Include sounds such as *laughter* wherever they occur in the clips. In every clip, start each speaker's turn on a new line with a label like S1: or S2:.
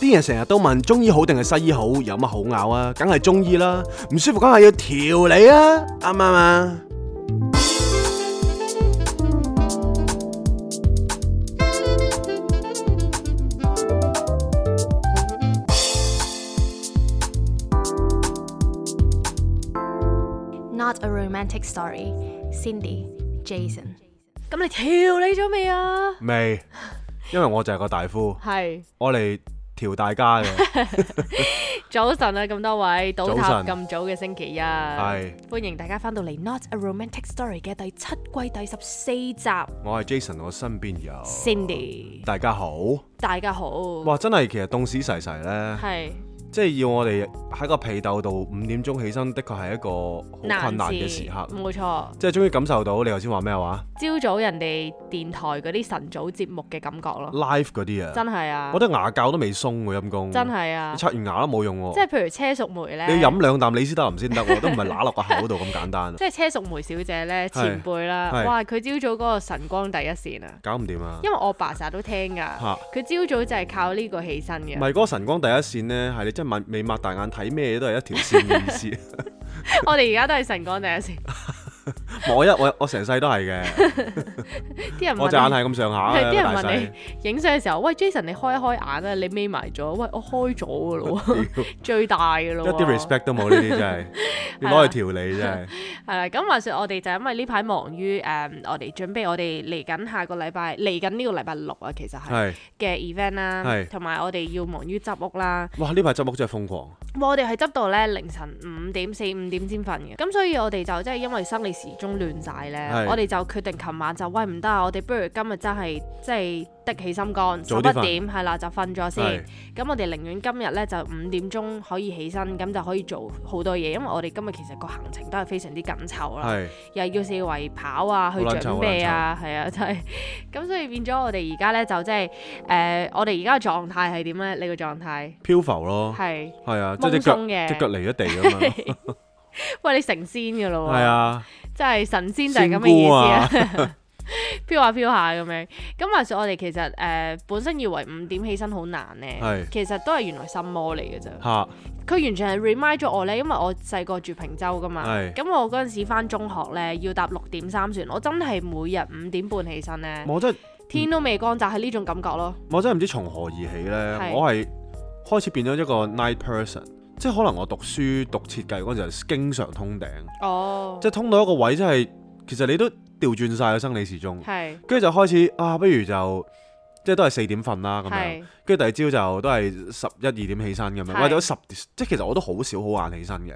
S1: 啲人成日都問中醫好定係西醫好，有乜好拗啊？梗係中醫啦，唔舒服梗係要調理啊，啱唔啱啊？
S2: Not a romantic story. Cindy, Jason。
S3: 咁你調理咗未啊？
S1: 未，因為我就係個大夫，
S3: 係
S1: 我嚟調大家 *laughs* 嘅，
S3: 早晨啊，咁多位倒塔
S1: 早晨
S3: 咁早嘅星期一，
S1: 係
S3: 歡迎大家翻到嚟《Not a Romantic Story》嘅第七季第十四集。
S1: 我係 Jason，我身邊有
S3: Cindy，
S1: 大家好。
S3: 大家好，
S1: 哇，真係其實凍屎噬噬呢，
S3: 係
S1: 即係要我哋喺個被竇度五點鐘起身，的確係一個好困難嘅
S3: 事
S1: 時刻。
S3: 冇錯。
S1: 即係終於感受到你頭先話咩話
S3: 朝早人哋電台嗰啲晨早節目嘅感覺咯，
S1: ，life 嗰啲
S3: 真
S1: 啊，
S3: 係啊
S1: 我，覺得牙臼都未嗯鬆喎，陰公。
S3: 真係啊
S1: 你，刷完牙都冇用喎。
S3: 即係譬如車淑梅咧，
S1: 你要飲兩啖李斯特林先得喎，都唔係揦落個口度咁簡單
S3: *laughs*
S1: 啊，
S3: 即係車淑梅小姐
S1: 係
S3: 咧前輩啦，
S1: 係
S3: 哇！佢朝早嗰個晨光第一線啊，
S1: 搞唔掂啊！
S3: 因為我爸成日都聽㗎，
S1: 嚇
S3: 佢朝早就係靠呢個起身
S1: 唔
S3: 嘅。
S1: 係嗰個晨光第一線呢，係你真係未擘大眼睇咩都係一條線嘅意
S3: *laughs*
S1: 思。 *laughs*
S3: 我哋而家都係晨光第一線，
S1: 我一我我成世都
S3: *laughs*
S1: 係嘅，
S3: 啲人
S1: 我隻眼
S3: 問
S1: 係咁上下
S3: 係
S1: 嘅
S3: 啲人
S1: 大
S3: 問
S1: 細。
S3: 你影相嘅時候，喂 Jason 你開一開眼啊，你眯埋咗，喂我開咗㗎
S1: *laughs*
S3: 咯喎，最大㗎咯
S1: *laughs* 一
S3: *laughs* 喎，
S1: 啲 respect 都冇呢啲真係，要攞去調理真係。
S3: 係啦，咁話說我哋就因為呢排忙於誒、嗯我哋準備我哋嚟緊下個禮拜嚟緊呢個禮拜六啊，其實係
S1: 係
S3: 嘅 event 啦
S1: 係，
S3: 同埋我哋要忙於執屋啦。
S1: 哇！呢排執屋真係瘋狂，
S3: 哇我哋係執到咧凌晨五點四五點先瞓嘅，咁所以我哋就即係因為生理時鐘亂晒
S1: 係
S3: 咧，我哋就決定琴晚就喂唔得啊，我哋不如今日真係即係的起心肝，十
S1: 早
S3: 一
S1: 啲瞓
S3: 點係啦就瞓
S1: 係
S3: 咗先。咁我哋寧願今日咧就五點鐘可以起身，咁就可以做好多嘢，因為我哋今日其實個行程都係非常之緊湊啦。
S1: 係
S3: 又要四圍跑啊，去
S1: 好撚臭
S3: 準備啊，係啊，真係咁，所以變咗我哋而家咧就即係誒，我哋而家嘅狀態係點咧？你個狀態
S1: 漂浮咯，
S3: 係
S1: 係啊，即係
S3: 懵
S1: 隻腳
S3: 鬆嘅
S1: 隻腳離咗地
S3: *laughs*
S1: 咁樣，
S3: 喂你成仙嘅咯喎，
S1: 係，啊，
S3: 即係神仙就係咁
S1: 仙
S3: 嘅
S1: 姑
S3: 意思啊 *laughs*
S1: 啊，，
S3: 飄下飄下咁樣。咁話說我哋其實誒、呃本身以為五點起身好難咧
S1: 係，
S3: 其實都係原來心魔嚟嘅咋。
S1: 嚇
S3: 佢完全係 remind 咗我咧，因為我細個住平洲噶嘛，
S1: 係
S3: 咁我嗰陣時翻中學咧要搭六點三船，我真係每日五點半起身咧。
S1: 我真係。
S3: 天都未光就係呢種感覺咯，
S1: 我真係唔知從何而起呢。
S3: 係
S1: 我係開始變咗一個 night person，即係可能我讀書讀設計嗰陣時係經常通頂，
S3: 哦，
S1: 即係通到一個位，即係其實你都調轉晒個生理時鐘，
S3: 係
S1: 跟住就開始啊，不如就即係都係四點瞓啦咁樣，
S3: 係
S1: 跟住第二朝就都係十一二點起身咁樣，
S3: 係
S1: 或者十即係其實我都好少好晏起身嘅，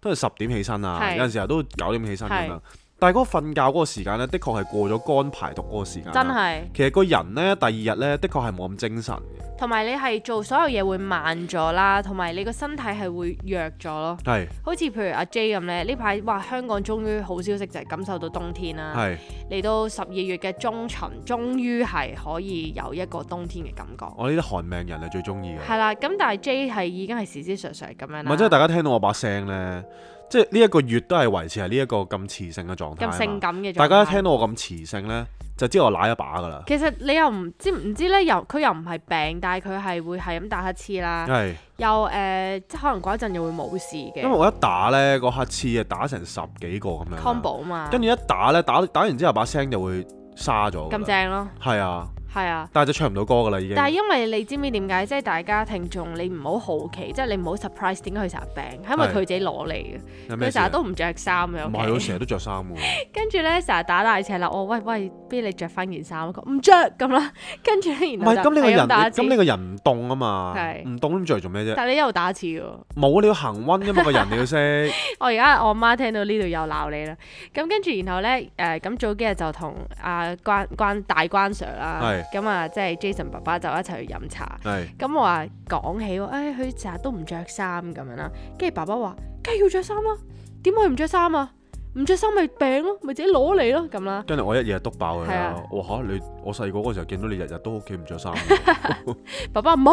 S1: 都係十點起身啊，
S3: 係
S1: 有陣時候都九點起身咁樣
S3: 係。
S1: 但係嗰個瞓覺嗰個時間呢，的確係過咗肝排毒嗰個時間啦。啊
S3: 真係，
S1: 其實個人呢，第二日呢，的確係冇咁精神嘅，
S3: 同埋你係做所有嘢會慢咗啦，同埋你個身體係會弱咗咯。
S1: 係。
S3: 好似譬如阿 J 咁咧，呢排哇香港終於好消息就係感受到冬天啦，
S1: 係，
S3: 嚟到十二月嘅中旬，終於係可以有一個冬天嘅感覺。
S1: 我呢啲寒命人係最中意嘅。
S3: 係啦，啊咁但係 J 係已經係時時常常咁樣
S1: 唔
S3: 啦，
S1: 係，即係大家聽到我把聲呢，即係呢一個月都係維持係呢一個咁磁性嘅狀態啊嘛。
S3: 咁性感嘅狀態。
S1: 大家一聽到我咁磁性呢，就知道我奶一把噶啦。
S3: 其實你又唔知唔知咧，又佢又唔係病，但係佢係會係咁打乞嗤啦，
S1: 係，
S3: 又誒、呃即係可能嗰一陣又會冇事嘅
S1: 因為我一打呢個黑黐啊，打成十幾個咁樣啦。
S3: combo 啊嘛，
S1: 跟住一打呢，打打完之後把聲就會沙咗。
S3: 咁。正咯，
S1: 係啊，
S3: 係啊。
S1: 但係就唱唔到歌噶啦已經。
S3: 但係因為你知唔知點解？即係大家聽眾，你唔好好奇，即係你唔好 surprise 點解佢成日病，係因為
S1: 係
S3: 佢自己攞嚟嘅，
S1: 有咩
S3: 佢
S1: 事
S3: 成
S1: 啊
S3: 日都唔着衫嘅
S1: 唔係，
S3: 屋
S1: 我
S3: 企。
S1: 成日都着衫喎。
S3: *laughs* 跟住咧，成日打大赤啦，我喂喂，邊你着翻件衫？啊佢話唔着咁啦。 *laughs* 跟住咧，
S1: 唔
S3: 然後
S1: 係，
S3: 就
S1: 咁你個
S3: 係
S1: 人，
S3: 打
S1: 咁你
S3: 乞嗤。
S1: 個人唔凍啊嘛，
S3: 係
S1: 唔凍咁着做咩啫？
S3: 但係你一路打乞嗤喎。
S1: 冇，你要恆温㗎嘛，個人你
S3: *laughs*
S1: 要識。
S3: 我而家我媽聽到呢度又鬧你啦，咁跟住然後咧誒咁早幾日就同阿關關大關 Sir 啦，咁啊即係 Jason 爸爸就一齊去飲茶，
S1: 係。
S3: 咁我話講起喎，誒佢成日都唔着衫咁樣啦，跟住爸爸話梗係要着衫啦，點可以唔着衫啊？唔着衫咪病咯，咪自己攞嚟咯咁啦，
S1: 跟住我一嘢督爆佢
S3: 係
S1: 啦
S3: 啊！
S1: 我嚇你，我細個嗰時候見到你日日都屋企唔着衫
S3: *laughs*
S1: 嘅，
S3: 爸爸唔好，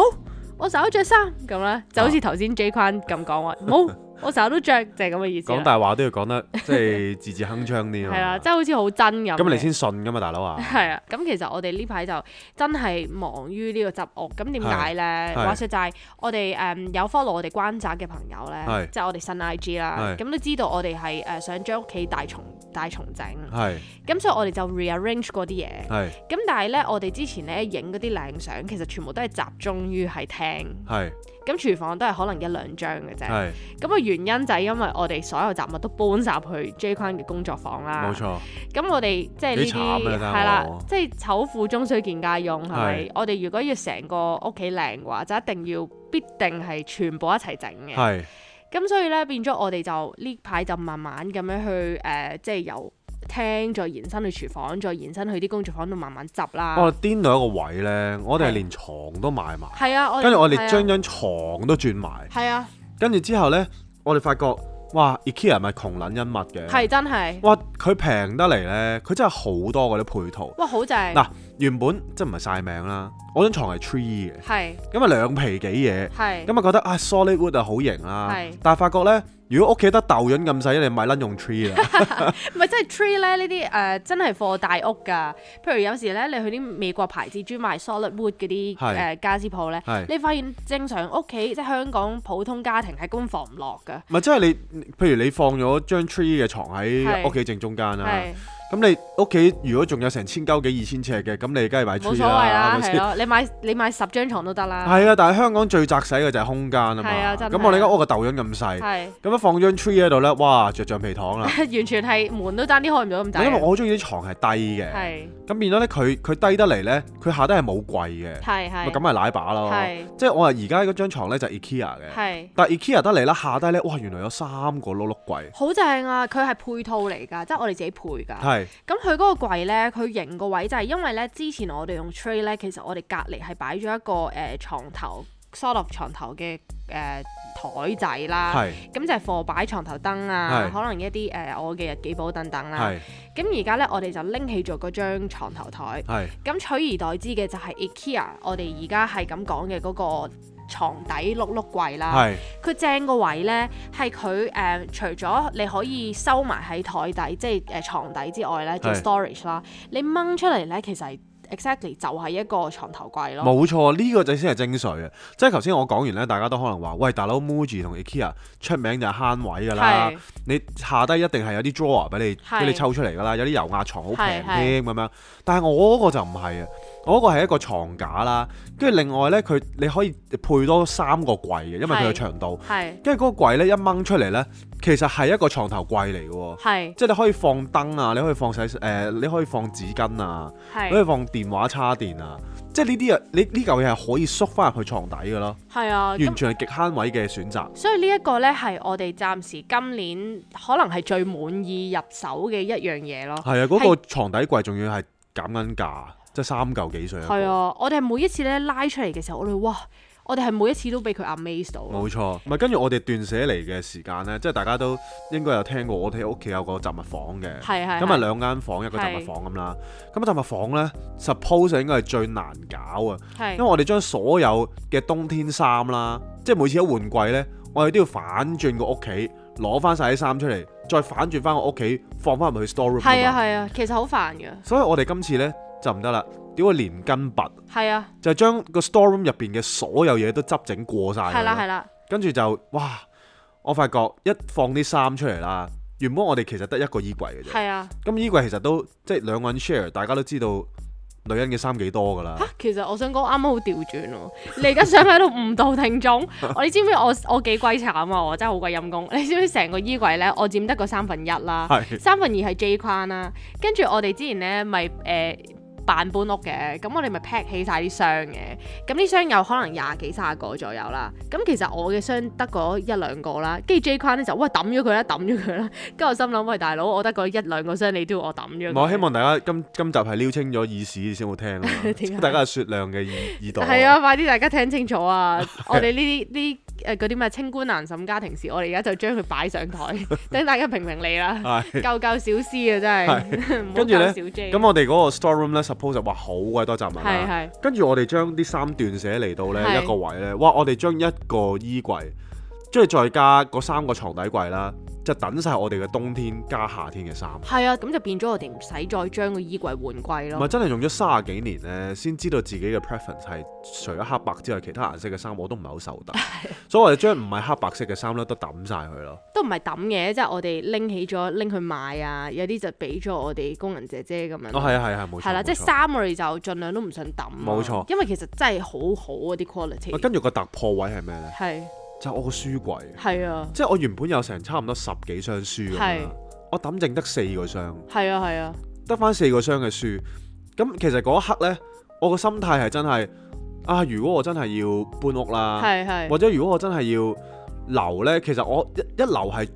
S3: 我成日都着衫咁啦，就好似頭先 J 關咁講話唔好，我成日都着就係咁嘅意思啦。
S1: 講大話都要講得即係字字鏗鏘啲啊嘛。
S3: 係啦，即係好似好真咁嘅。
S1: 咁你先信噶嘛，大佬
S3: *laughs*
S1: 啊！
S3: 係啊，咁其實我哋呢排就真係忙於呢個執屋，咁點解咧？
S1: 係
S3: 話說就係我哋誒、嗯有 follow 我哋關宅嘅朋友咧
S1: 係，
S3: 即係我哋新 IG 啦
S1: 係，
S3: 咁都知道我哋係誒想將屋企大重大重整，
S1: 係
S3: 咁所以我哋就 rearrange 嗰啲嘢。
S1: 係
S3: 咁但係咧，我哋之前咧影嗰啲靚相，其實全部都係集中於喺廳，
S1: 係
S3: 咁廚房都係可能一兩張嘅啫。
S1: 係，
S3: 咁個原因就係因為我哋所有雜物都搬晒去 J 坤嘅工作房啦。
S1: 冇錯，
S3: 咁我哋即係呢
S1: 幾慘
S3: 啲
S1: 啊真係
S3: 係啦
S1: 我，
S3: 即係醜婦終須見家用係咪
S1: 係？
S3: 我哋如果要成個屋企靚嘅話，就一定要必定係全部一齊整嘅。
S1: 係
S3: 咁所以咧變咗我哋就呢排就慢慢咁樣去誒、呃即係由廳再延伸去廚房，再延伸去啲工作房度慢慢執啦。
S1: 我癲到一個位咧，我哋係
S3: 啊係
S1: 連床都買埋，
S3: 係啊，我
S1: 跟住我
S3: 係
S1: 哋
S3: 啊
S1: 將張床都轉埋，
S3: 係啊，
S1: 跟住之後咧，我哋發覺哇，IKEA 咪窮撚恩物嘅，
S3: 係真係，
S1: 哇佢平得嚟咧，佢真係好多嗰啲配套。
S3: 哇好正，
S1: 嗱，原本真唔係晒命啦，我張床係 tree 嘅，
S3: 係
S1: 咁啊兩皮幾嘢，
S3: 係
S1: 咁啊覺得啊 solid wood 啊好型啦
S3: 係，
S1: 但係發覺咧，如果屋企得豆潤咁細，你咪撚用 tree
S3: *laughs*
S1: 啦。
S3: 唔係真係 tree 咧呢啲誒、呃真係貨大屋㗎。譬如有時咧，你去啲美國牌子專賣 solid wood 嗰啲
S1: 係
S3: 誒家私鋪咧
S1: 係，
S3: 你發現正常屋企即係香港普通家庭係供房唔落㗎。
S1: 唔係，即係你，譬如你放咗張 tree 嘅床喺
S3: 係
S1: 屋企正中間啦，
S3: 係
S1: 咁你屋企如果仲有成千鳩幾二千尺嘅，咁你梗係買
S3: 冇
S1: tree
S3: 所謂啦，
S1: 係咪
S3: 係
S1: 先？
S3: 咯，你買你買十張床都得啦，
S1: 係啊，但係香港最窄使嘅就係空間啊嘛。
S3: 係啊真係
S1: 咁我哋間屋個豆樣咁細，
S3: 係
S1: 咁一放張 tree 喺度咧，哇，着橡皮
S3: *laughs*
S1: 糖啦。
S3: 完全係門都爭啲開唔到咁
S1: 唔係因為
S3: 滯
S1: 我好中意啲床係低
S3: 啊。
S1: 嘅，
S3: 係
S1: 咁變咗咧佢佢低得嚟咧，佢下低係冇櫃嘅，
S3: 係
S1: 咪
S3: 係
S1: 咁咪奶把咯。
S3: 係
S1: 即係我話而家嗰張床咧就係 IKEA 嘅，
S3: 係。
S1: 但係 IKEA 得嚟啦，下低咧，哇，原來有三個碌碌櫃，
S3: 好正啊！佢係配套嚟㗎，即係我哋自己配㗎。
S1: 係
S3: 咁佢嗰個櫃咧，佢型個位就係因為咧，之前我哋用 tray 咧，其實我哋隔離係擺咗一個誒、呃、床頭 sort of 床頭嘅呃誒台仔啦，
S1: 係
S3: 咁就係貨擺床頭燈啊
S1: 係，
S3: 可能一啲誒、呃我嘅日記簿等等啦。
S1: 係
S3: 咁而家咧，我哋就拎起咗嗰張床頭台，
S1: 係
S3: 咁取而代之嘅就係 IKEA，我哋而家係咁講嘅嗰個床底碌碌櫃啦。
S1: 係
S3: 佢正個位呢，係佢誒，除咗你可以收埋喺台底，即係誒、呃、床底之外呢，做
S1: 係
S3: storage 啦。你掹出嚟呢，其實係 exactly 就係一個床頭櫃咯。
S1: 冇錯，呢、個就先係精髓啊！即係頭先我講完咧，大家都可能話：喂，大佬 Muji 同 IKEA 出名就係慳位㗎啦
S3: 係，
S1: 你下低一定係有啲 drawer 俾你
S3: 係
S1: 俾你抽出嚟㗎啦，有啲油壓床好平
S3: 係係
S1: 添咁樣。但係我嗰個就唔係啊，我嗰個係一個床架啦，跟住另外咧佢你可以配多三個櫃嘅，因為佢有
S3: 係
S1: 長度。
S3: 係
S1: 跟住嗰個櫃咧一掹出嚟咧，其實係一個床頭櫃嚟嘅喎。
S3: 係
S1: 即係你可以放燈啊，你可以放洗誒、呃你可以放紙巾啊，你可
S3: 係
S1: 以放電話叉電啊，即係呢啲啊，你呢嚿嘢係可以縮翻入去床底嘅咯，
S3: 係啊！
S1: 完
S3: 咁哦
S1: 全係極慳位嘅選擇。
S3: 所以呢一個呢，係我哋暫時今年可能係最滿意入手嘅一樣嘢咯。
S1: 係啊，嗰、個床底櫃仲要係減緊價，即係三嚿幾水一個
S3: 係，啊，我哋係每一次呢拉出嚟嘅時候，我哋哇，我哋係每一次都俾佢 amaze 到咯。
S1: 冇錯。咪跟住我哋斷捨離嘅時間咧，即係大家都應該有聽過，我哋屋企有個雜物房嘅。
S3: 係係
S1: 咁啊
S3: 係
S1: 兩間房一個雜物房咁啦，咁雜物房咧，suppose 就應該係最難搞啊，因為
S3: 係
S1: 我哋將所有嘅冬天衫啦，即係每次一換季呢，我哋都要反轉個屋企攞翻晒啲衫出嚟，再反轉翻個屋企放翻入去 store room
S3: 係
S1: 㗎
S3: 啊
S1: 嘛。
S3: 係啊，其實好煩㗎。
S1: 所以我哋今次呢，就唔得啦，屌個連根拔，
S3: 係啊，
S1: 就係將個 store room 入邊嘅所有嘢都執整過晒佢。
S3: 係啦係啦。
S1: 跟住就哇，我發覺一放啲衫出嚟啦，原本我哋其實得一個衣櫃嘅啫。
S3: 係啊，
S1: 咁衣櫃其實都即係兩個人 share，大家都知道女人嘅衫幾多㗎啦。
S3: 嚇！其實我想講啱啱好調轉喎， *laughs* 你而家想喺度誤導聽
S1: *laughs*
S3: 眾，我你知唔知我我幾鬼慘啊？我真係好鬼陰公， *laughs* 你知唔知成個衣櫃咧，我佔得個三分一啦，
S1: 係
S3: 三分二係 J 框啦，跟住我哋之前咧咪誒。扮搬屋嘅，咁我哋咪 pack 起晒啲箱嘅，咁啲箱有可能廿幾卅個左右啦。咁其實我嘅箱得嗰一兩個啦，跟住 J 框咧就喂抌咗佢啦，抌咗佢啦。跟住我心諗喂大佬，我得嗰一兩個箱，你都要我抌咗佢。
S1: 我希望大家今今集係撩清咗耳屎先好聽啊嘛
S3: *laughs* 點解
S1: 大家係雪亮嘅耳耳朵。
S3: 係啊，，快啲大家聽清
S1: *laughs*
S3: 楚啊！我哋呢啲呢誒嗰啲咩清官難審家庭事，我哋而家就將佢擺上
S1: *laughs*
S3: 台，等大家評評理啦。
S1: 係。
S3: 救救小詩啊，真係 *laughs* 唔好
S1: 跟住呢
S3: 救小 J。
S1: 咁啊我哋嗰個 store room 咧，suppose 哇好鬼多雜物
S3: 係
S1: 啦。
S3: 係
S1: 跟住我哋將啲衫斷捨嚟到咧
S3: 係
S1: 一個位咧，哇！我哋將一個衣櫃即係再加嗰三個床底櫃啦，就等晒我哋嘅冬天加夏天嘅衫。
S3: 係啊，咁就變咗我哋唔使再將個衣櫃換櫃
S1: 唔係
S3: 咯。
S1: 真係用咗三十幾年咧，先知道自己嘅 preference 係除咗黑白之外，其他顏色嘅衫我都唔係好受
S3: *laughs*
S1: 得，所以我哋將唔係黑白色嘅衫咧都抌晒佢咯。
S3: 都唔係抌嘅，即係我哋拎起咗拎去賣啊，有啲就俾咗我哋工人姐姐咁樣。
S1: 哦，係啊，係啊，係啊冇錯。
S3: 係啦，即係
S1: 冇錯
S3: 衫我哋就盡量都唔想抌啊。
S1: 冇錯
S3: 因為其實真係好好啊啲
S1: 喂
S3: quality。
S1: 跟住個突破位係咩呢？
S3: 係
S1: 就係我個書櫃，
S3: 係啊
S1: 即係我原本有成差唔多十幾箱書咁樣
S3: 係
S1: 啦，我抌剩得四個箱，
S3: 係啊係啊，
S1: 得翻四個箱嘅書。咁其實嗰一刻呢，我個心態係真係啊，如果我真係要搬屋啦，
S3: 係係
S1: 或者啊如果我真係要留呢，其實我一一留係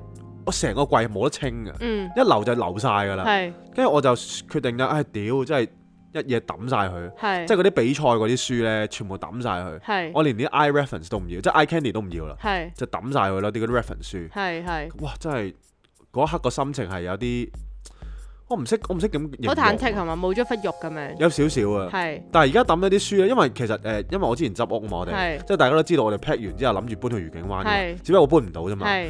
S1: 我成個櫃係冇得清嘅。
S3: 嗯
S1: 一留就留晒㗎啦，
S3: 係
S1: 跟住我就決定咗，唉、屌，真係一嘢抌晒佢，
S3: 係
S1: 即係嗰啲比賽嗰啲書呢，全部抌晒佢，
S3: 係
S1: 我連啲 eye reference 都唔要，即係 eye candy 都唔要啦，
S3: 係
S1: 就抌晒佢啦，啲嗰啲 reference 書，
S3: 係係
S1: 哇，真係嗰一刻個心情係有啲，我唔識，我唔識點形容啊
S3: 好忐忑係嘛，冇咗忽肉咁樣。
S1: 有少少啊。
S3: 係
S1: 但係而家抌咗啲書咧，因為其實誒、呃因為我之前執屋嘛，我哋
S3: 係
S1: 即係大家都知道，我哋 pack 完之後諗住搬去愉景灣㗎嘛，
S3: 係
S1: 只不過我搬唔到啫嘛。
S3: 係。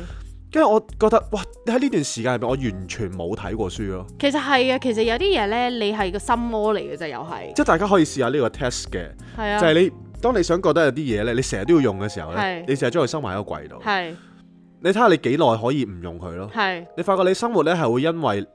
S1: 跟住我覺得，哇！喺呢段時間入邊，我完全冇睇過書咯。
S3: 其實係啊，其實有啲嘢咧，你係個心魔嚟嘅啫，又係，
S1: 即係大家可以試下呢個 test 嘅，
S3: 係啊，
S1: 就係你當你想覺得有啲嘢咧，你成日都要用嘅時候咧
S3: 係，
S1: 你成日將佢收埋喺個櫃度。
S3: 係
S1: 你睇下你幾耐可以唔用佢咯？
S3: 係
S1: 你發覺你生活咧係會因為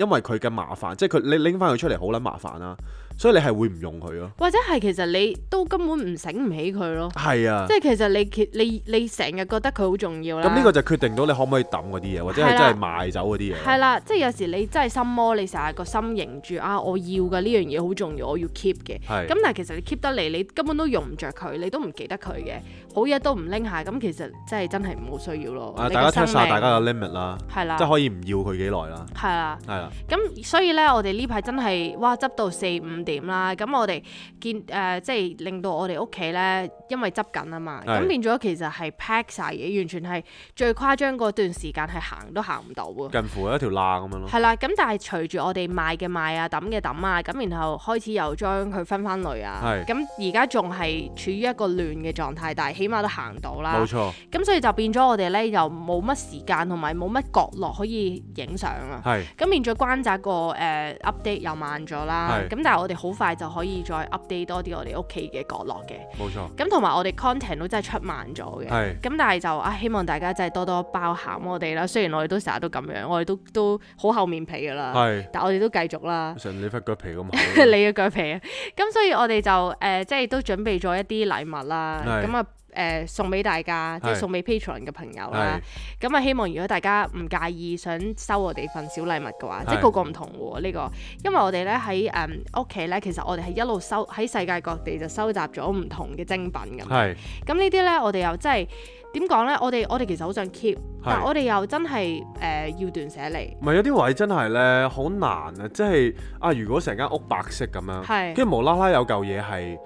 S1: 因為佢嘅麻煩，即係佢你拎翻佢出嚟好撚麻煩啦，所以你係會唔用佢咯。
S3: 或者係其實你都根本唔醒唔起佢咯，
S1: 係啊
S3: 即，係其實你其你你成日覺得佢好重要啦。
S1: 咁呢個就決定到你可唔可以抌嗰啲嘢，或者係
S3: 係
S1: 真
S3: 啦
S1: 係賣走嗰啲嘢。
S3: 係啦，即係有時你真係心魔，你成日個心凝住啊，我要嘅呢樣嘢好重要，我要 keep 嘅。
S1: 係
S3: 咁但係其實你 keep 得嚟，你根本都用唔着佢，你都唔記得佢嘅，好嘢都唔拎下，咁其實真係真係唔好需要咯。
S1: 啊，
S3: 你
S1: 大
S3: 嘅
S1: 家 test
S3: 生
S1: 下
S3: 命啊
S1: 大家嘅 limit 啦，
S3: 係啦
S1: 即，係可以唔要佢幾耐啦。
S3: 係啦。
S1: 係啦，
S3: 咁所以咧，我哋呢排真係哇執到四五點啦。咁我哋見誒、呃即係令到我哋屋企咧，因為執緊啊嘛，
S1: 係
S3: 咁變咗其實係 pack 晒嘢，完全係最誇張嗰段時間係行都行唔到啊。
S1: 近乎一條罅咁樣咯。
S3: 係啦，咁但係隨住我哋賣嘅賣啊，抌嘅抌啊，咁然後開始又將佢分翻類啊
S1: 係。
S3: 咁而家仲係處於一個亂嘅狀態，但係起碼都行到啦
S1: 冇。錯，
S3: 咁所以就變咗我哋咧又冇乜時間同埋冇乜角落可以影相啊。
S1: 係
S3: 咁變咗關閘個誒、呃 update 又慢咗啦，
S1: 係
S3: 咁但係我哋好快就可以再 update 多啲我哋屋企嘅角落嘅，
S1: 冇錯，
S3: 咁同埋我哋 content 都真係出慢咗嘅，
S1: 係。
S3: 咁但係就啊希望大家真係多多包涵我哋啦，雖然我哋都成日都咁樣，我哋都都好厚面皮噶啦，
S1: 係。
S3: 但我哋都繼續啦
S1: *laughs* 成你塊腳皮咁
S3: 啊 *laughs*
S1: 厚，
S3: 你嘅腳皮啊，咁所以我哋就誒、呃即係都準備咗一啲禮物啦，
S1: 係
S3: 咁啊誒送俾大家，即係
S1: 係
S3: 送俾 Patreon 嘅朋友啦
S1: 係。
S3: 咁啊，希望如果大家唔介意想收我哋份小禮物嘅話，即
S1: 係
S3: 係個個唔同喎呢、個，因為我哋咧喺嗯誒屋企咧，其實我哋係一路收喺世界各地就收集咗唔同嘅精品咁。
S1: 係
S3: 咁呢啲咧，我哋又真係點講咧？我哋我哋其實好想 keep，但我哋又真係誒、呃要斷捨離，
S1: 唔係有啲位真係咧好難啊！即係啊，如果成間屋白色啊咁樣，
S3: 係
S1: 跟住無啦啦有嚿嘢係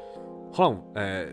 S1: 可能誒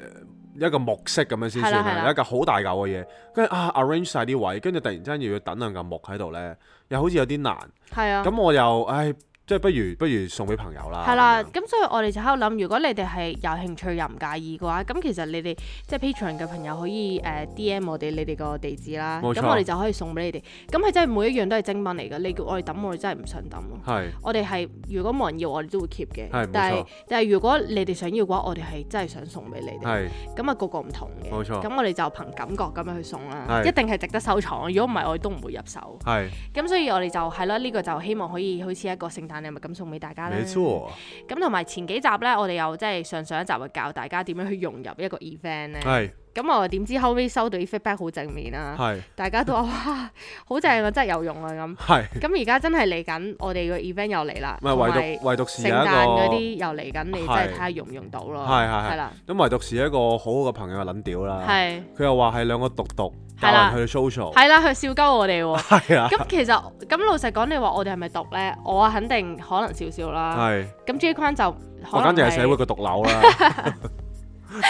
S1: 一個木色咁樣先算
S3: 係啦係
S1: 啦，
S3: 啦
S1: 有一嚿好大嚿嘅嘢，跟住啊 arrange 晒啲位，跟住突然之間又要等兩嚿木喺度咧，又好似有啲難。
S3: 係啊。
S1: 咁我又唉，即係不如不如送俾朋友啦。
S3: 係啦，
S1: 咁樣
S3: 咁所以我哋就喺度諗，如果你哋係有興趣又唔介意嘅話，咁其實你哋即係 Patreon 嘅朋友可以誒、呃 DM 我哋你哋個地址啦，
S1: 冇錯
S3: 咁我哋就可以送俾你哋。咁係真係每一樣都係精品嚟嘅，你叫我哋抌，我哋真係唔想抌咯。
S1: 係
S3: 我哋係如果冇人要，我哋都會 keep
S1: 係冇
S3: 嘅
S1: 錯。
S3: 但係但係如果你哋想要嘅話，我哋係真係想送俾你哋。
S1: 係
S3: 咁啊個個唔同嘅，
S1: 冇錯
S3: 咁我哋就憑感覺咁樣去送啦，
S1: 係
S3: 一定係值得收藏。如果唔係，我哋都唔會入手。
S1: 係，
S3: 咁所以我哋就係啦，呢、個就希望可以好似一個聖誕禮物咁送俾大家啦。
S1: 冇錯，
S3: 咁同埋前幾集呢，我哋又即係上上一集會教大家點樣去融入一個 event 呢。
S1: 係
S3: 咁我點知後尾收到啲 feedback 好正面啦、
S1: 係
S3: 大家都話哇好正啊，真係有用啊咁。
S1: 係，
S3: 咁而家真係嚟緊，我哋個 event 又嚟啦，
S1: 唔係唯
S3: 同
S1: 獨唯獨是有
S3: 聖
S1: 一個
S3: 誕嗰啲又嚟緊，你真係
S1: 係
S3: 睇下用唔用到咯。
S1: 係係係
S3: 啦，
S1: 咁唯獨是一個好好嘅朋友嘅撚屌啦。
S3: 係
S1: 佢又話係兩個獨獨
S3: 係
S1: 教
S3: 啦
S1: 人去 social，
S3: 係啦，佢笑鳩我哋喎。
S1: 係啊啦，
S3: *laughs* 咁其實咁老實講，你話我哋係咪讀呢？我肯定可能少少啦。
S1: 係
S3: 咁 J 框就可
S1: 我
S3: 能
S1: 簡直係
S3: 哦係
S1: 社會嘅毒瘤啦， *laughs*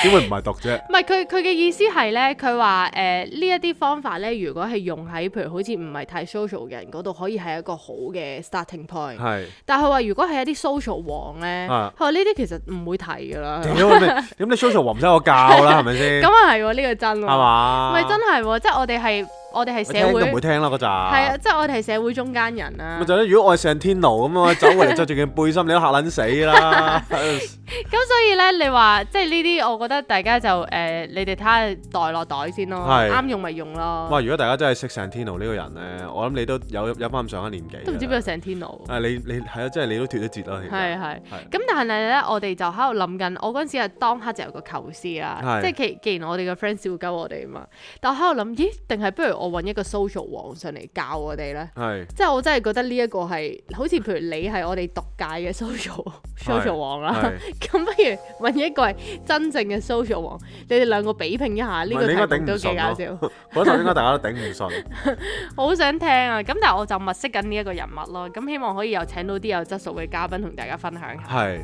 S1: 點會唔係毒啫？
S3: 唔係佢佢嘅意思係咧，佢話誒呢一啲方法咧，如果係用喺譬如好似唔係太 social 嘅人嗰度，可以係一個好嘅 starting point。
S1: 係。
S3: 但係佢話如果係一啲 social 王咧，
S1: 啊
S3: 佢話呢啲其實唔會提
S1: *laughs*
S3: 㗎啦。
S1: 屌你，咁你 social
S3: *laughs*
S1: 王唔使我教啦，係咪先？
S3: 咁啊係喎，呢個真喎。
S1: 係嘛？
S3: 咪真係喎，即係我哋係我哋係
S1: 我
S3: 社
S1: 聽
S3: 會
S1: 都唔會聽啦嗰陣。
S3: 係啊，即係我哋係社會中間人啊啦
S1: 咪。就係咧，如果我係上天奴咁啊，走過嚟着住件背心，你都嚇撚死
S3: *laughs*
S1: 啦！
S3: 咁所以咧，你話即係呢啲，我覺得大家就誒、呃你哋睇下袋落袋先咯，
S1: 係
S3: 啱用咪用咯。
S1: 哇！如果大家真係識上天奴呢個人咧，我諗你都有有翻咁上下年紀。
S3: 都唔知邊個成天奴。
S1: 啊！你你係啊，即係你都脱咗節啦，其
S3: 係
S1: 實
S3: 啊係
S1: 係。
S3: 咁但係咧，我哋就喺度諗緊，我嗰陣時係當刻就有個構思啦
S1: 係，
S3: 即係既既然我哋嘅 friend 笑鳩我哋嘛，但我喺度諗，咦，定係不如我揾一個 social 王上嚟教我哋咧？
S1: 係
S3: 即係我真係覺得呢一個係好似譬如你係我哋讀界嘅 social social 王啊啦，
S1: 係。
S3: *laughs* 咁不如揾一個係真正嘅 social 王，你哋兩個比拼一下呢
S1: 唔係你應
S3: 個
S1: 該
S3: 題目都幾搞
S1: 頂
S3: 笑， *laughs*
S1: 嗰陣應該大家都頂唔順，
S3: 我好想聽啊！咁但係我就物色緊呢一個人物咯，咁希望可以又請到啲有質素嘅嘉賓同大家分享下。
S1: 係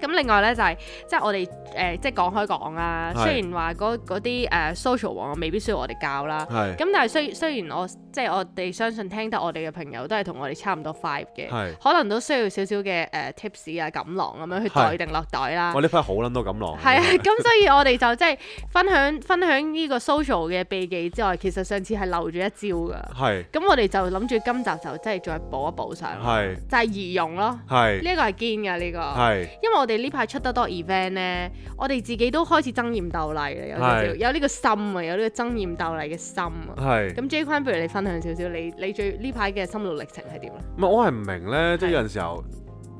S3: 咁另外咧就係、即係我哋誒、呃即係講開講啦，
S1: 係
S3: 雖然話嗰嗰啲誒 social 王啊未必需要我哋教啦，
S1: 係
S3: 咁但係雖雖然我即係我哋相信聽得我哋嘅朋友都係同我哋差唔多 five 嘅，
S1: 係。
S3: 可能都需要少少嘅誒 tips 啊錦囊咁樣去
S1: 係
S3: 袋定落袋啦
S1: 我。呢批好撚多咁浪。
S3: 啊係啊， *laughs* 咁所以我哋就即係分享分享呢個 social 嘅秘技之外，其實上次係漏咗一招㗎。
S1: 係
S3: 咁我哋就諗住今集就即係再補一補上啦，
S1: 係
S3: 就係儀容咯。
S1: 係
S3: 呢個係堅㗎，呢個。
S1: 係
S3: 因為我哋呢排出得多 event 咧，我哋自己都開始爭豔鬥麗啦，有少少
S1: 係
S3: 有呢個心啊，有呢個爭豔鬥麗嘅心啊。
S1: 係。
S3: 咁 J 坤，不如你分享少少你你最呢排嘅心路歷程係點啊咧？
S1: 唔係我係唔明咧，即係
S3: 係
S1: 有陣時候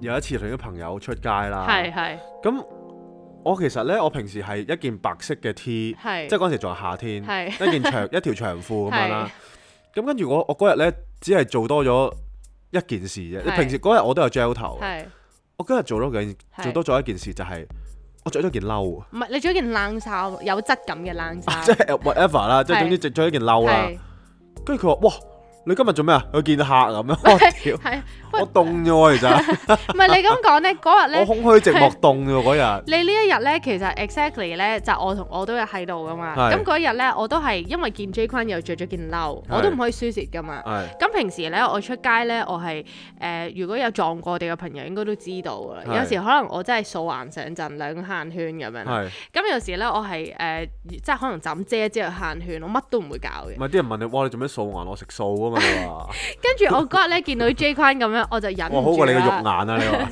S1: 有一次同啲朋友出街啦，
S3: 係係
S1: 咁我其實咧，我平時係一件白色嘅 T，
S3: 係，
S1: 即係嗰陣時仲係夏天，
S3: 係
S1: 一件
S3: *laughs*
S1: 長一條長褲 *laughs* 咁樣啦。咁跟住我我嗰日咧，只係做多咗一件事啫。
S3: 係
S1: 平時嗰日我都有 gel 頭嘅，
S3: 係
S1: 我今日做多件
S3: 係
S1: 做多咗一件事就係我着咗件褸啊，
S3: 唔係你着一件冷衫，有質感嘅冷
S1: *laughs*
S3: 衫，
S1: 即係 whatever 啦，即係
S3: 啊係
S1: 總之着咗一件褸啦。
S3: 係
S1: 跟住佢話：哇，你今日做咩啊？去見客咁
S3: *laughs*
S1: 樣。我屌，
S3: 係喂
S1: 我凍啫喎，其實
S3: 唔係你咁講咧，嗰
S1: *laughs*
S3: 日
S1: 我
S3: 咧。
S1: 空虛寂寞凍啫喎嗰日。
S3: 你呢一日咧，其實 exactly 咧，就我同我都有喺度噶嘛。
S1: 係
S3: 咁嗰日咧，我都係因為見 J 坤又着咗件褸，我都唔可以輸蝕噶嘛。
S1: 係
S3: 咁平時咧，我出街咧，我係誒、呃如果有撞過我哋嘅朋友，應該都知道噶啦。
S1: 係
S3: 有時可能我真係數環上陣兩個限圈咁樣啦。
S1: 係，
S3: 咁有時咧，我係誒、呃即係可能就咁遮一遮個限圈，我乜都唔會搞嘅
S1: 唔。係啲人問你：哇，你做咩素顏？我食素啊嘛，你話。 *laughs*
S3: 跟住我嗰日咧見到 J 坤咁樣，我就忍
S1: 哇，好
S3: 唔住
S1: 過你個肉眼
S3: 啦。
S1: 啊！你話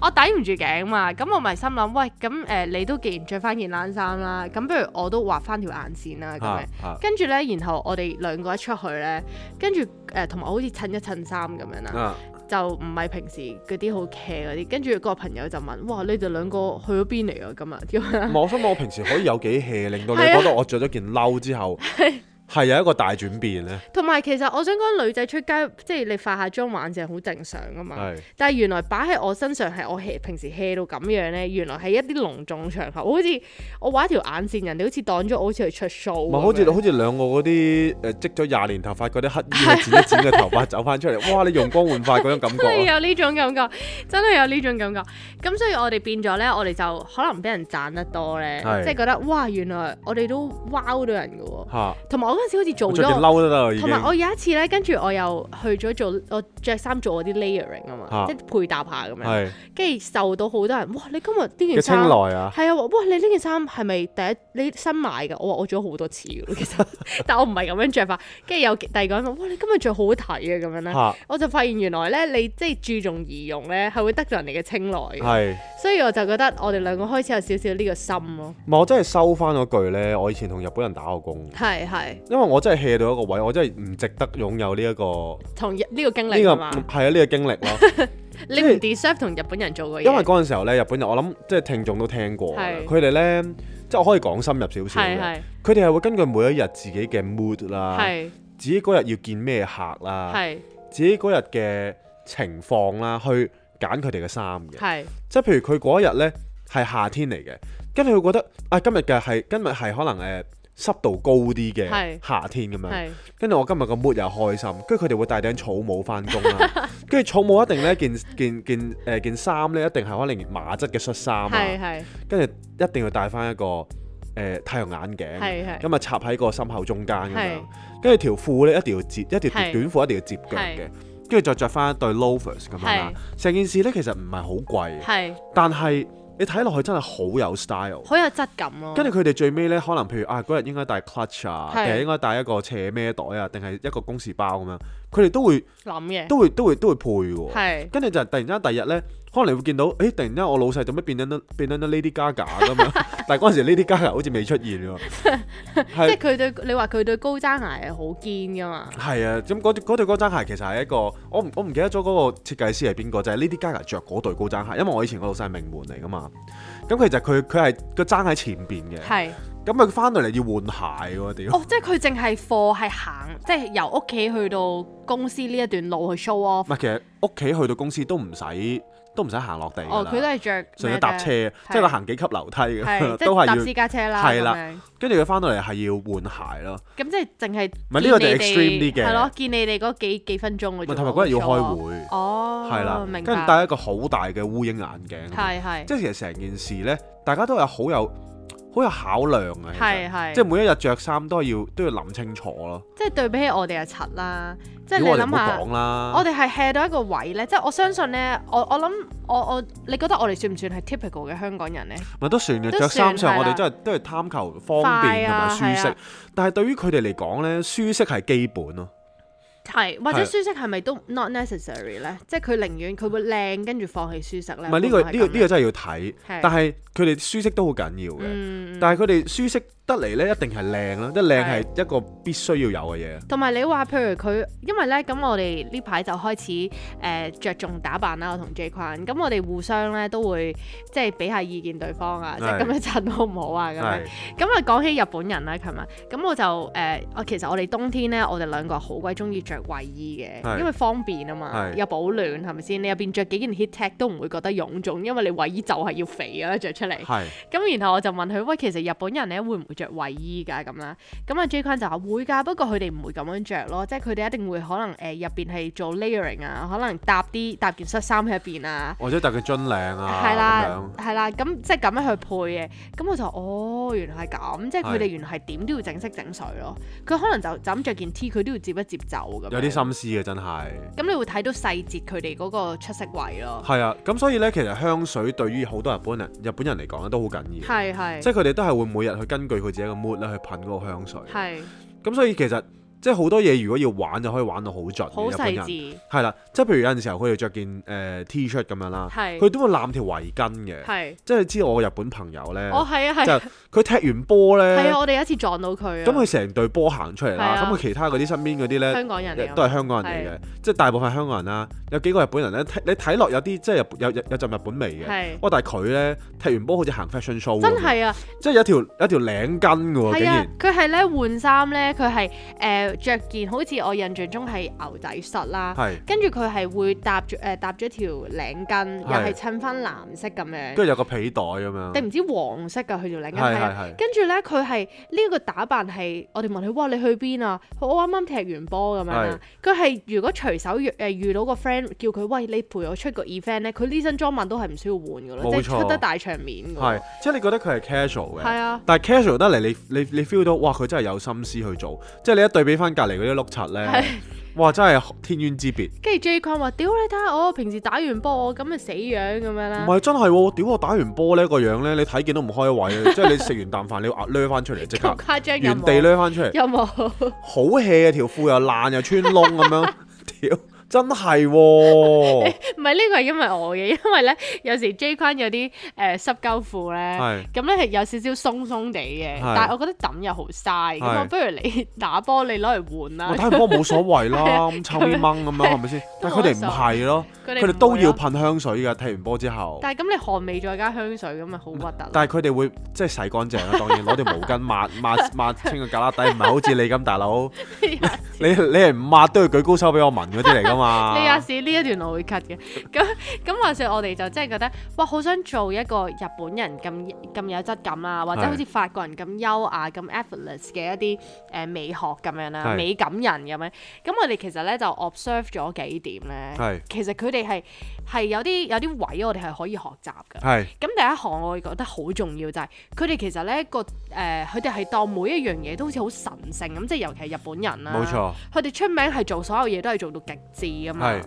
S3: 我抵唔住頸嘛，咁我咪心諗，喂，咁誒、呃你都既然着翻件冷衫啦，咁不如我都畫翻條眼線啦咁樣。
S1: 啊啊
S3: 跟住咧，然後我哋兩個一出去咧，跟住誒同埋我好似襯一襯衫咁樣啦。
S1: 啊
S3: 就唔係平時嗰啲好 care 嗰啲，跟住個朋友就問：哇，你哋兩個去咗邊嚟啊？今日咁
S1: 唔
S3: 樣
S1: 係，我想問我平時可以有幾 hea，令到你
S3: 係啊
S1: 覺得我着咗件褸之後 *laughs* 係有一個大轉變咧？
S3: 同埋其實我想講女仔出街，即係你化下妝玩正好正常噶嘛。
S1: 係
S3: 但係原來擺喺我身上係我 hea 平時 hea 到咁樣咧，原來係一啲隆重場合，好似我畫一條眼線，人哋好似當咗我好似去出 show
S1: 唔
S3: 咁
S1: 係
S3: 樣。
S1: 好似好似兩個嗰啲誒積咗廿年頭髮嗰啲乞衣去剪一剪嘅頭髮走翻出 *laughs* 嚟，哇！你容光煥發嗰種感
S3: 真係
S1: 覺啊，
S3: 有呢種感覺，真係有呢種感覺。咁所以我哋變咗咧，我哋就可能俾人讚得多咧，
S1: 係
S3: 即係覺得哇，原來我哋都 wow 到人嘅喎。
S1: 嚇！
S3: 同埋我嗰陣時好似做
S1: 我着
S3: 咗
S1: 件。褸都得啊啦，已
S3: 同埋我
S1: 經
S3: 有一次咧，跟住我又去咗做我着衫做嗰啲 layering 啊嘛，
S1: 啊
S3: 即係配搭下咁樣，
S1: 係
S3: 跟住受到好多人，哇！你今日呢
S1: 嘅
S3: 件
S1: 青
S3: 衫
S1: 來啊，
S3: 係啊，哇！你呢件衫係咪第一你新買㗎？我話我着咗好多次㗎咯，其實，
S1: *laughs*
S3: 但我唔係咁樣着法。跟住有第二個人話：哇！你今日着好好睇啊咁樣啦。
S1: 嚇
S3: 我就發現原來咧，你即係注重儀容咧，係會得到人哋嘅青睞嘅，
S1: 係。
S3: 所以我就覺得我哋兩個開始有少少呢個心咯。
S1: 唔係我真係收翻嗰句咧，我以前同日本人打過工，
S3: 係係，
S1: 因為我真係 hea 到一個位，我真係唔值得擁有呢一個
S3: 同日呢個經
S1: 呢
S3: 歷
S1: 個
S3: 啊嘛，
S1: 係啊呢個經歷咯。
S3: 你唔 deserve 同日本人做過嘢。
S1: 因為嗰陣時候咧，日本人我諗即係聽眾都聽過㗎啦
S3: 係
S1: 佢哋咧即係我可以講深入少少
S3: 係
S1: 嘅。
S3: 係
S1: 佢哋係會根據每一日自己嘅啊 mood 啦，
S3: 係
S1: 自己嗰日要見咩客啦，
S3: 係
S1: 自己嗰日嘅情況啦，去揀佢哋嘅衫嘅。
S3: 係
S1: 即係譬如佢嗰一日咧係夏天嚟嘅，跟住佢覺得啊今日嘅係今日係可能誒、呃、濕度高啲嘅
S3: 係
S1: 夏天咁樣。
S3: 係 *laughs*
S1: 跟住我今日個 mood 又開心，跟住佢哋會戴頂草帽翻工啦，跟住草帽一定呢件件件誒、呃件衫呢，一定係可能麻質嘅恤衫
S3: 係
S1: 啊，
S3: 係
S1: 跟住一定要戴翻一個誒、呃太陽眼鏡。
S3: 係係
S1: 咁啊插喺個心口中間咁
S3: 係
S1: 樣，跟住條褲咧一定要摺，一條
S3: 係
S1: 短褲一定要摺腳
S3: 係
S1: 嘅，跟住再着翻一對 loafers 咁樣啦。成件事咧其實唔係好貴，
S3: 係
S1: 但係你睇落去真係好有 style。
S3: 好有質感咯。
S1: 跟住佢哋最尾咧，可能譬如啊嗰日應該帶 clutch 啊，定
S3: 哦係
S1: 係應該帶一個斜孭袋啊，定係一個公事包咁樣，佢哋都會
S3: 諗嘅
S1: 都會都會都會配喎。
S3: 係
S1: 跟住就突然間第二日咧，可能你會見到，誒突然間我老細做咩變咗變咗 Lady Gaga 咁
S3: *laughs*
S1: 樣，但係嗰陣時 Lady Gaga 好似未出現喎，
S3: 即
S1: 係
S3: 係佢對你話佢對高踭鞋係好堅噶嘛？
S1: 係啊，咁嗰對嗰對高踭鞋其實係一個，我唔我唔記得咗嗰個設計師係邊個，就係 Lady Gaga 着嗰對高踭鞋，因為我以前個老細係名門嚟噶嘛，咁其實佢佢係個踭喺前邊嘅，
S3: 係
S1: 咁佢翻到嚟要換鞋喎，屌！
S3: 哦，即係佢淨係貨係行，即係由屋企去到公司呢一段路去 show
S1: 唔
S3: off。
S1: 係其實屋企去到公司都唔使都唔使行落地㗎
S3: 哦，
S1: 啦
S3: 佢都係着
S1: 純
S3: 咩
S1: 粹搭
S3: 啫
S1: 車，即係佢行幾級樓梯 *laughs*
S3: 係
S1: 嘅，
S3: 即
S1: 都
S3: 係搭
S1: 係
S3: 私
S1: 要，
S3: 家車啦。
S1: 係
S3: 咁
S1: 啦
S3: 樣
S1: 跟住佢翻到嚟係要換鞋咯，
S3: 咁即係淨係唔
S1: 係呢個就 extreme 啲嘅
S3: 係咯，見你哋嗰幾幾分鐘嘅啫
S1: 咪
S3: 喎。
S1: 同埋嗰日要
S3: show
S1: 開
S3: off
S1: 會，
S3: 哦，
S1: 係啦，
S3: 明
S1: 跟
S3: 白
S1: 住。戴一個好大嘅烏蠅眼鏡。
S3: 係係
S1: 即係其實成件事呢，大家都有好有好有考量啊。其實
S3: 係係，
S1: 即係每一日着衫都係要都要諗清楚咯。
S3: 即係對比起我哋嘅柒啦，即係
S1: 如
S3: 你
S1: 果我哋唔
S3: 諗
S1: 好
S3: 下。
S1: 講啦，
S3: 我哋係 hea 到一個位咧，即係我相信咧，我我諗我我，你覺得我哋算唔算係 typical 嘅香港人咧？
S1: 咪都算嘅。
S3: 都
S1: 着衫上
S3: 算係
S1: 我
S3: 啦
S1: 哋真係都係貪求方便同埋舒
S3: 快啊係
S1: 適
S3: 啊，
S1: 但係對於佢哋嚟講呢，舒適係基本咯。
S3: 係或者
S1: 係
S3: 舒適係咪都 not necessary 咧？即係佢寧願佢會靚，跟住放棄舒適咧。
S1: 唔係呢
S3: 會
S1: 個
S3: 會係
S1: 呢個
S3: 咁
S1: 呢
S3: 咧
S1: 個真係要睇，
S3: 係
S1: 但係佢哋舒適都好緊要嘅。
S3: 嗯，
S1: 但係佢哋舒適得嚟呢，一定係靚啦，即係靚
S3: 係
S1: 係一個必須要有嘅嘢。
S3: 同埋你話譬如佢，因為咧咁我哋呢排就開始誒、呃、着重打扮啦，我同 J 坤，咁我哋互相咧都會即係俾下意見對方啊，即
S1: 係
S3: 係咁樣襯好唔好啊咁樣
S1: 係。
S3: 咁啊，講起日本人啦，琴日咁我就誒，呃我、其實我哋冬天咧，我哋兩個好鬼中意着衞衣嘅，
S1: 係
S3: 因為方便啊嘛，
S1: 係
S3: 又保暖係咪先？你入邊着幾件 heat tech 都唔會覺得臃腫，因為你衞衣就係要肥㗎啦，着出嚟。
S1: 係
S3: 咁然後我就問佢：喂，其實日本人咧會唔會着衞衣㗎咁啦？咁啊 J 君就話會㗎，不過佢哋唔會咁樣着咯，即係佢哋一定會可能誒入邊係做 layering 啊，可能搭啲搭件恤衫喺入邊啊。
S1: 或者特佢樽領啊
S3: 係
S1: 咁樣
S3: 啦，係啦，咁即係咁樣去配嘅，咁我就哦，原來係咁，即係佢哋
S1: 係
S3: 原來係點都要整色整水咯。佢可能就就咁着件 T，佢都要接一接走咁。
S1: 有啲。心思嘅真係。
S3: 咁你會睇到細節佢哋嗰個出色位咯。
S1: 係啊，咁所以呢，其實香水對於好多日本人日本人嚟講咧都好緊要，
S3: 係係
S1: 即係佢哋都係會每日去根據佢自己嘅 mood 咧去噴嗰個香水。
S3: 係
S1: 咁所以其實即係好多嘢，如果要玩就可以玩到好盡
S3: 好
S1: 嘅。日本
S3: 細
S1: 人
S3: 緻，
S1: 係啦，即係譬如有陣時候佢哋着件誒 T 恤咁樣啦，
S3: 係
S1: 啊佢都會攬條圍巾嘅。
S3: 係。
S1: 即係你知我個日本朋友呢，
S3: 哦，係啊係
S1: 就
S3: 啊。
S1: 佢踢完波
S3: 係
S1: 呢
S3: 啊，，我哋有一次撞到佢啊。
S1: 咁佢成隊波行出嚟
S3: 係
S1: 啦，
S3: 啊
S1: 咁佢其他嗰啲身邊嗰啲呢。
S3: 香港人嚟㗎嘛
S1: 都係香港人嚟嘅，即係大部分香港人啦，有幾個日本人咧，睇你睇落有啲即係有有有有陣日本味嘅
S3: 係，
S1: 哇！但係佢咧踢完波好似行 fashion show，
S3: 真
S1: 咁樣，
S3: 係啊，
S1: 即係有條有條領巾嘅喎，竟
S3: 係啊
S1: 然，
S3: 佢係咧換衫咧，佢係誒着件好似我印象中係牛仔恤啦。
S1: 係，
S3: 跟住佢係會搭住誒搭咗條領巾，又係襯翻藍色咁
S1: 跟住
S3: 樣，
S1: 有個皮袋咁樣，
S3: 定唔知黃色㗎佢條領巾
S1: 係
S3: 係
S1: 係
S3: 啊。
S1: 係，
S3: 跟住咧，佢係呢個打扮係我哋問佢：哇，你去邊啊？佢我啱啱踢完波咁樣啦。佢係如果隨手遇誒遇到個 friend 叫佢喂你陪我出個 event 咧，佢呢身裝扮都係唔需要換㗎咯，
S1: 冇
S3: 即係
S1: 錯
S3: 出得大場面㗎
S1: 係
S3: 喎。，
S1: 即係你覺得佢係 casual
S3: 係
S1: 嘅。
S3: 啊，
S1: 但係 casual 得嚟，你你你 feel 到，哇！佢真係有心思去做，即係你一對比翻隔離嗰啲碌柒
S3: 係
S1: 咧， *laughs* 哇！真係天淵之別。
S3: 跟住 J 君話：屌你睇下我平時打完波我咁嘅死樣咁樣
S1: 唔
S3: 啦。
S1: 係真係喎，屌我打完波咧個樣咧，你睇見都唔開胃啊， *laughs* 即係你食完啖飯你要壓掠翻出嚟即
S3: *laughs*
S1: 刻
S3: 咁，誇張有
S1: 原地
S3: 冇？
S1: 掠翻出嚟。
S3: 有
S1: *laughs*
S3: 冇？
S1: 好 hea 嘅條褲又爛又穿窿咁
S3: *laughs*
S1: 樣，屌真係喎，
S3: 唔係呢個係因為我嘅，因為咧有時 J 框有啲誒、呃、濕鳩褲咧，
S1: 係
S3: 咁咧係有少少鬆鬆地嘅，
S1: 係
S3: 但係我覺得抌又好嘥，咁
S1: 係
S3: 我不如你 *laughs* 打波你攞嚟換
S1: 我
S3: 啦。
S1: 睇波冇所謂
S3: 係啊
S1: 啦，
S3: *laughs*
S1: 咁抽咪掹咁樣係咪先？但係佢哋唔係咯，
S3: 佢
S1: 佢哋
S3: 唔
S1: 都
S3: 會
S1: 要
S3: 咯，
S1: 噴香水㗎，踢完波之後。
S3: 但係咁你汗味再加香水咁咪好核突咯。
S1: 但係佢哋會即係洗乾淨啦，當然攞條毛巾
S3: *laughs*
S1: 抹抹抹清個旮旯底，唔係好似你咁大佬，你你係唔抹都要舉高手俾我聞嗰啲嚟㗎嘛。
S3: 呢一時呢一段我會 cut 嘅，咁咁話說我哋就真係覺得，哇！好想做一個日本人咁咁有質感啦，或者
S1: 係
S3: 好似法國人咁優雅、咁 effortless 嘅一啲誒、呃美學咁樣啦，
S1: 係
S3: 美感人咁樣。咁我哋其實咧就 observe 咗幾點咧，
S1: 係
S3: 其實佢哋係係有啲有啲位我哋係可以學習㗎。
S1: 係
S3: 咁第一項我會覺得好重要就係佢哋其實咧個誒，呃佢哋係當每一樣嘢都好似好神聖咁，即係尤其係日本人啦。
S1: 冇錯。
S3: 佢哋出名係做所有嘢都係做到極致噶嘛。
S1: 係，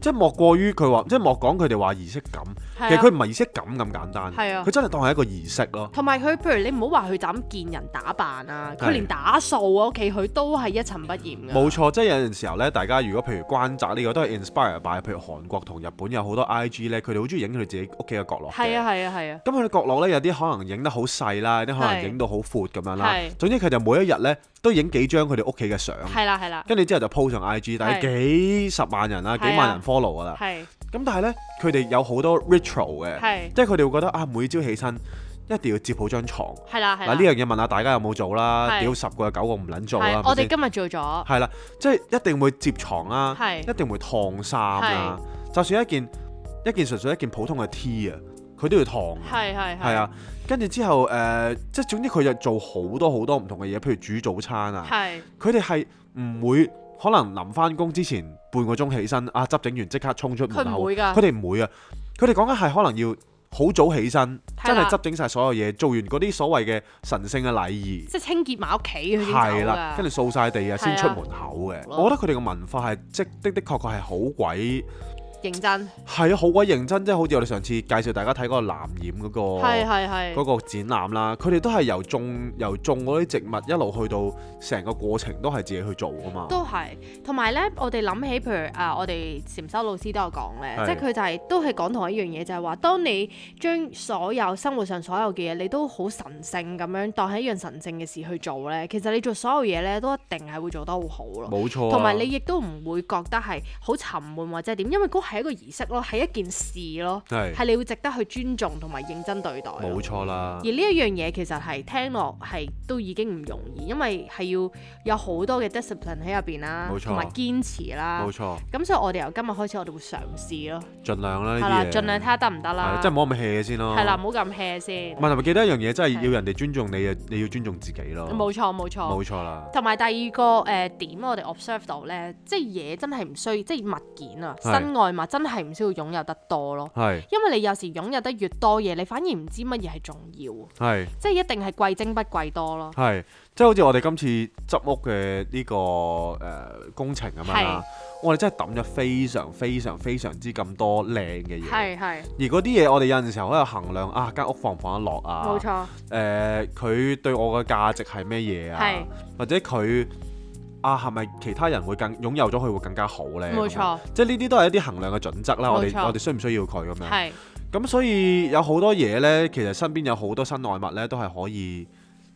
S1: 即係莫過於佢話，即係莫講佢哋話儀式感，
S3: 係啊
S1: 其實佢唔係儀式感咁簡單，
S3: 係啊
S1: 佢真係當係一個儀式咯。
S3: 同埋佢，譬如你唔好話佢就咁見人打扮啊，
S1: 係
S3: 佢連打掃啊屋企佢都係一塵不染㗎。
S1: 冇錯，即係有陣時候咧，大家如果譬如關閘呢個都係 inspire by，譬如韓國同日本有好多 IG 咧，佢哋好中意影佢哋自己屋企嘅角落嘅
S3: 係啊係啊係啊，
S1: 咁佢哋角落咧有啲可能影得好細啦，有啲可能
S3: 係
S1: 影到好闊咁樣啦
S3: 係。
S1: 總之佢就每一日咧都影幾張佢哋屋企嘅相，
S3: 係啦係啦，
S1: 跟住之後就 po 上 IG，但係幾十萬人啦，幾
S3: 係啊
S1: 萬人 follow 噶啦。
S3: 係
S1: 咁但係咧，佢哋有好多 ritual 嘅。
S3: 係
S1: 即係佢哋會覺得啊，每朝起身一定要摺好張床。
S3: 係啦係
S1: 嗱
S3: 啦。
S1: 呢樣嘢問下大家有冇做啦？
S3: 係
S1: 屌十個有九個唔撚做啊
S3: 係
S1: 啦，係咪
S3: 我哋
S1: 先
S3: 今日做咗，
S1: 係啦，即係一定會摺床啦，
S3: 係
S1: 一定會燙衫啦，就算一件一件純粹一件普通嘅 T 啊，佢都要燙嘅。
S3: 係係
S1: 係啊，跟住之後誒、呃即係總之佢就做好多好多唔同嘅嘢，譬如煮早餐啊，
S3: 係
S1: 佢哋係唔會可能臨翻工之前半個鐘起身啊，執整完即刻衝出門
S3: 佢
S1: 口
S3: 唔，會㗎
S1: 佢哋唔會啊，佢哋講緊係可能要好早起身，
S3: 係
S1: 真係
S3: 啦
S1: 執整晒所有嘢，做完嗰啲所謂嘅神聖嘅禮儀。
S3: 即係清潔埋屋企佢先
S1: 係
S3: 走
S1: 啦，
S3: 㗎
S1: 跟。住掃晒地啊，先
S3: 係啊
S1: 出門口嘅。
S3: 咯
S1: 我覺得佢哋嘅文化係即的的確確係好鬼
S3: 認真
S1: 係啊，好鬼認真，即係好似我哋上次介紹大家睇嗰個藍染嗰個
S3: 係啊係係
S1: 嗰個展覽啦，佢哋都係由種由種嗰啲植物一路去到成個過程都係自己去做噶嘛。
S3: 都係，同埋咧，我哋諗起譬如啊，我哋禪修老師都有講咧，
S1: 係
S3: 即係佢就係、都係講同一樣嘢，就係、話，當你將所有生活上所有嘅嘢，你都好神聖咁樣當係一樣神聖嘅事去做咧，其實你做所有嘢咧，都一定係會做得好好咯。
S1: 冇錯啊，
S3: 同埋你亦都唔會覺得係好沉悶或者點，因為嗰係一個儀式咯，係一件事咯，
S1: 係
S3: 係你會值得去尊重同埋認真對待咯。
S1: 冇錯啦
S3: 而，呢一樣嘢其實係聽落係都已經唔容易，因為係要有好多嘅 discipline 喺入邊啦
S1: 冇，錯
S3: 同埋堅持啦
S1: 冇。錯，
S3: 咁所以我哋由今日開始，我哋會嘗試咯，
S1: 盡量啦
S3: 係
S1: 呢
S3: 啦，
S1: 啲嘢，
S3: 盡量睇下得唔得啦
S1: 哎係，即係唔好咁 hea 先咯。
S3: 係啦，唔，好咁 hea 先
S1: 唔係。同埋記得一樣嘢，真係
S3: 係
S1: 要人哋尊重你，你要尊重自己咯。
S3: 冇錯冇錯。
S1: 冇錯啦，
S3: 同埋第二個誒、呃、點，我哋 observe 到咧，即係嘢真係唔需，即係物件啊，
S1: 係
S3: 身外物真係唔需要擁有得多咯。
S1: 係
S3: 因為你有時擁有得越多嘢，你反而唔知乜嘢係重要，
S1: 係
S3: 即係一定係貴精不貴多咯。
S1: 係，即係好似我哋今次執屋嘅呢個誒工程咁樣啦，我哋真係抌咗非常非常非常之咁多靚嘅嘢。
S3: 係係，
S1: 而嗰啲嘢我哋有陣時候喺度衡量啊，間屋放唔放得落啊？
S3: 冇。錯，
S1: 誒，佢對我嘅價值係咩嘢啊
S3: 係？
S1: 或者佢啊係咪其他人會更擁有咗佢會更加好呢？
S3: 冇
S1: 咁樣，
S3: 錯，
S1: 即係呢啲都係一啲衡量嘅準則啦。我
S3: 冇錯
S1: 哋我哋需唔需要佢咁樣？
S3: 係。
S1: 咁所以有好多嘢呢，其實身邊有好多身外物呢，都係可以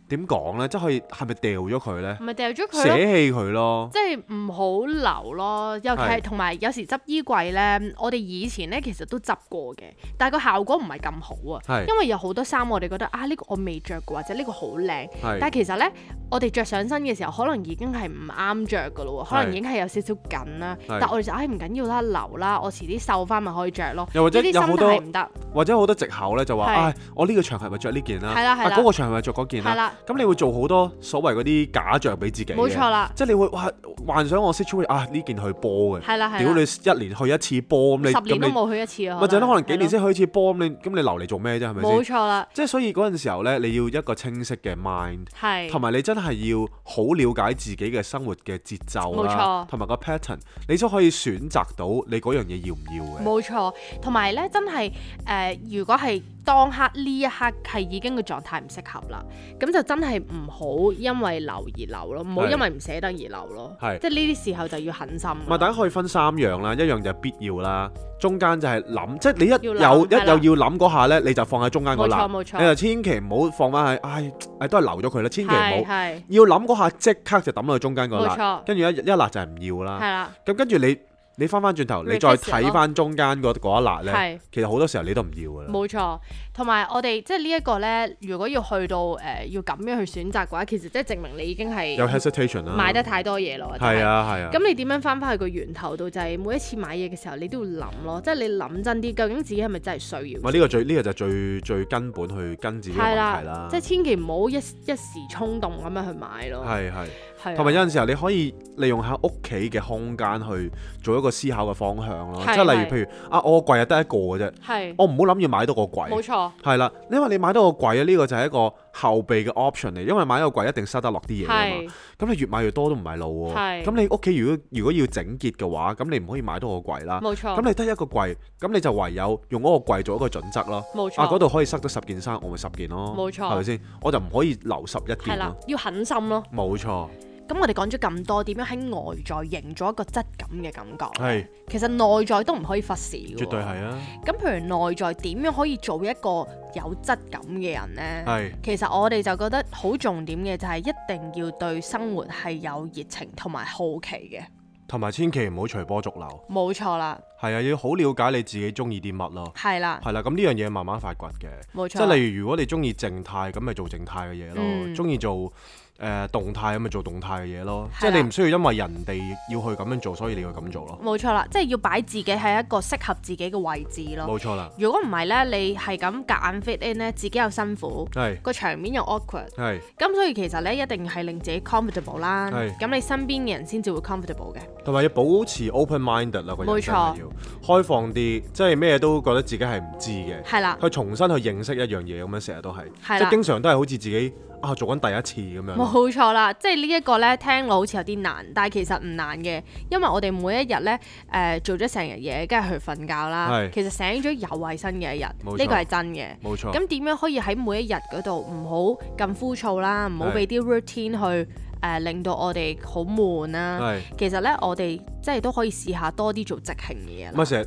S1: 點講呢？即係可以係咪掉咗佢呢？
S3: 咪掉咗佢
S1: 捨
S3: 嗯咯，
S1: 棄佢咯，
S3: 即係唔好留咯。尤其係
S1: 係
S3: 同埋有時執衣櫃咧，我哋以前咧其實都執過嘅，但係個效果唔係咁好啊。
S1: 係
S3: 因為有好多衫我哋覺得啊呢個我未着過，或者呢個好靚，但係
S1: 係
S3: 其實咧我哋着上身嘅時候，可能已經係唔啱着噶咯喎，可能已經係有少少緊啦。
S1: 係
S3: 但我哋就哎唉唔緊要啦，留啦，我遲啲瘦翻咪可以着咯。
S1: 又或者
S3: 呢啲
S1: 有好
S3: 心
S1: 多
S3: 態唔得，
S1: 或者好多藉口呢，就話
S3: 係
S1: 唉，我呢個場合咪着呢件啦，
S3: 係啦係
S1: 啊
S3: 啦
S1: 嗰個場合咪着嗰件啦。
S3: 係啦，
S1: 咁你會做好多所謂嗰啲假象俾自己嘅
S3: 冇錯啦，
S1: 即係你會哇幻想我 situation 啊呢件去波嘅，
S3: 係啦係
S1: 屌你
S3: 啦，
S1: 一年去一次波咁你
S3: 十
S1: 咁
S3: 年都
S1: 你
S3: 冇去一次啊，
S1: 咪就係咯，可能幾
S3: 係
S1: 年先去一次波咁你咁你留嚟做咩啫係咪
S3: 冇
S1: 先？
S3: 錯啦，
S1: 即係所以嗰陣時候咧，你要一個清晰嘅 mind。
S3: 係
S1: 同埋你真係要好了解自己嘅生活嘅節奏啦
S3: 冇錯，
S1: 同埋個 pattern，你先可以選擇到你嗰樣嘢要唔要嘅。
S3: 冇錯，同埋咧真係誒、呃如果係當刻呢一刻係已經個狀態唔適合啦，咁就真係唔好因為留而留咯，唔好
S1: 係
S3: 因為唔捨得而留咯，
S1: 係啊
S3: 即係呢啲時候就要狠心啦。啊
S1: 唔係，大家可以分三樣啦，一樣就係必要啦，中間就係諗，即係你一有
S3: 要諗係啦
S1: 一有要諗嗰下咧，你就放喺中間嗰欄，
S3: 冇錯冇錯
S1: 你就千祈唔好放翻喺，唉，唉都係留咗佢啦，千祈唔
S3: 係
S1: 好。
S3: 係
S1: 要諗嗰下即刻就抌落去中間嗰
S3: 冇錯
S1: 欄，跟住一一辣就係唔要
S3: 係
S1: 啦。
S3: 啦，
S1: 咁跟住你你翻翻轉頭，你
S3: Revisit
S1: 再睇翻中間嗰嗰一辣呢，
S3: 係。
S1: 其實好多時候你都唔要噶啦。
S3: 冇錯，同埋我哋即係呢一個呢，如果要去到誒、呃要咁樣去選擇嘅話，其實即係證明你已經
S1: 有
S3: 係
S1: hesitation 啦。
S3: 買得太多嘢咯。
S1: 係啊係啊。
S3: 真係。咁你點樣翻返去個源頭度？就係、每一次買嘢嘅時候，你都要諗咯，即係你諗真啲，究竟自己係咪真係需要
S1: 咪？呢個最呢個就最最根本去跟自己嘅
S3: 係
S1: 問題
S3: 啦
S1: 啦，。
S3: 即係千祈唔好一一時衝動咁樣去買咯。
S1: 係係。
S3: 係
S1: 同埋
S3: 啊
S1: 有陣時候你可以利用下屋企嘅空間去做一個思考嘅方向咯，
S3: 係
S1: 即係例
S3: 係
S1: 如譬如啊，我個櫃啊得一個嘅啫，
S3: 係
S1: 我唔好諗要買多個
S3: 冇
S1: 櫃，
S3: 錯，
S1: 係啦，因為你買多個櫃啊，呢個就係一個後備嘅 option 嚟，因為買一個櫃一定塞得落啲嘢啊
S3: 係
S1: 嘛，咁你越買越多都唔係路喎，
S3: 係
S1: 咁你屋企如果如果要整潔嘅話，咁你唔可以買多個櫃啦，
S3: 冇錯
S1: 咁，你得一個櫃，咁你就唯有用嗰個櫃做一個準則咯。
S3: 冇
S1: 啊！嗰
S3: 錯，
S1: 度可以塞得十件衫，我咪十件咯，
S3: 冇錯
S1: 係咪先？我就唔可以留十一
S3: 係
S1: 件
S3: 啦
S1: 咯，，
S3: 要狠心咯。
S1: 冇錯，
S3: 咁我哋講咗咁多點樣喺外在營造一個質感嘅感覺，
S1: 係
S3: 其實內在都唔可以忽視嘅。
S1: 絕對。係啊，
S3: 咁譬如內在點樣可以做一個有質感嘅人呢？
S1: 係。
S3: 其實我哋就覺得好重點嘅就係一定要對生活係有熱情同埋好奇嘅，
S1: 同埋千祈唔好隨波逐流，
S3: 冇錯啦，
S1: 係啊，要好了解你自己中意啲乜咯。
S3: 係啦，
S1: 係啦，咁呢樣嘢慢慢發掘嘅，
S3: 冇
S1: 即
S3: 錯啦。
S1: 係例如如果你中意靜態，咁咪做靜態嘅嘢咯；
S3: 嗯
S1: 中意、做誒、呃、動態，咁咪做動態嘅嘢咯。
S3: 係
S1: 即
S3: 啦
S1: 係你唔需要因為人哋要去咁樣做，所以你要咁做咯。
S3: 冇錯啦，即係要擺自己喺一個適合自己嘅位置咯。
S1: 冇錯啦，
S3: 如果唔係呢，你係咁夾硬 fit in 呢，自己又辛苦，
S1: 係
S3: 個場面又 awkward，
S1: 係
S3: 咁所以其實呢，一定係令自己 comfortable 啦。
S1: 係
S3: 咁你身邊嘅人先至會 comfortable 嘅，
S1: 同埋要保持 open minded 啦，個人
S3: 冇錯
S1: 真係要開放啲，即係咩都覺得自己係唔知嘅，
S3: 係啦，
S1: 去重新去認識一樣嘢咁樣，成日都係，
S3: 係
S1: 即
S3: 啦
S1: 係經常都係好似自己啊做緊第一次咁樣咯。
S3: 冇錯啦。即係呢一個呢，聽落好似有啲難，但係其實唔難嘅，因為我哋每一日呢，誒、做咗成日嘢，跟住去瞓覺啦
S1: 係，
S3: 其實醒咗又係新嘅一日，呢
S1: 冇錯
S3: 個係真嘅。
S1: 冇錯。
S3: 咁點樣可以喺每一日嗰度唔好咁枯燥啦，唔好
S1: 係
S3: 俾啲 routine 去誒、呃令到我哋好悶啦。
S1: 係。
S3: 其實呢，我哋即係都可以試下多啲做即興嘅嘢
S1: 唔係
S3: 啦。
S1: 啊成日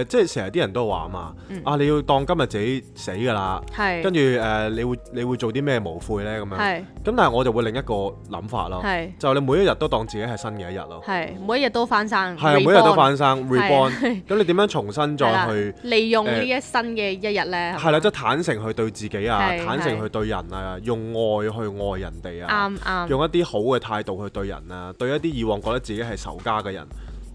S1: 係誒，即係成日啲人都話啊嘛，啊你要當今日自己死㗎啦，
S3: 嗯係
S1: 跟住誒你會你會做啲咩無悔呢？咁樣，咁
S3: 係
S1: 但係我就會另一個諗法咯，
S3: 係
S1: 就你每一日都當自己係新嘅一日咯，
S3: 係，每一日都翻生，
S1: 係啊每一日都
S3: reborn
S1: 翻生
S3: 係啊
S1: reborn，咁你 *laughs* 點樣重新
S3: 係啦
S1: 再去
S3: 利用呢一新嘅一日呢。
S1: 係啦，即係坦誠去對自己啊，
S3: 係
S1: 坦誠
S3: 係
S1: 去對人啊，用愛去愛人哋啊，
S3: 啱啱
S1: 用一啲好嘅態度去對人啊，對一啲以往覺得自己係仇家嘅人。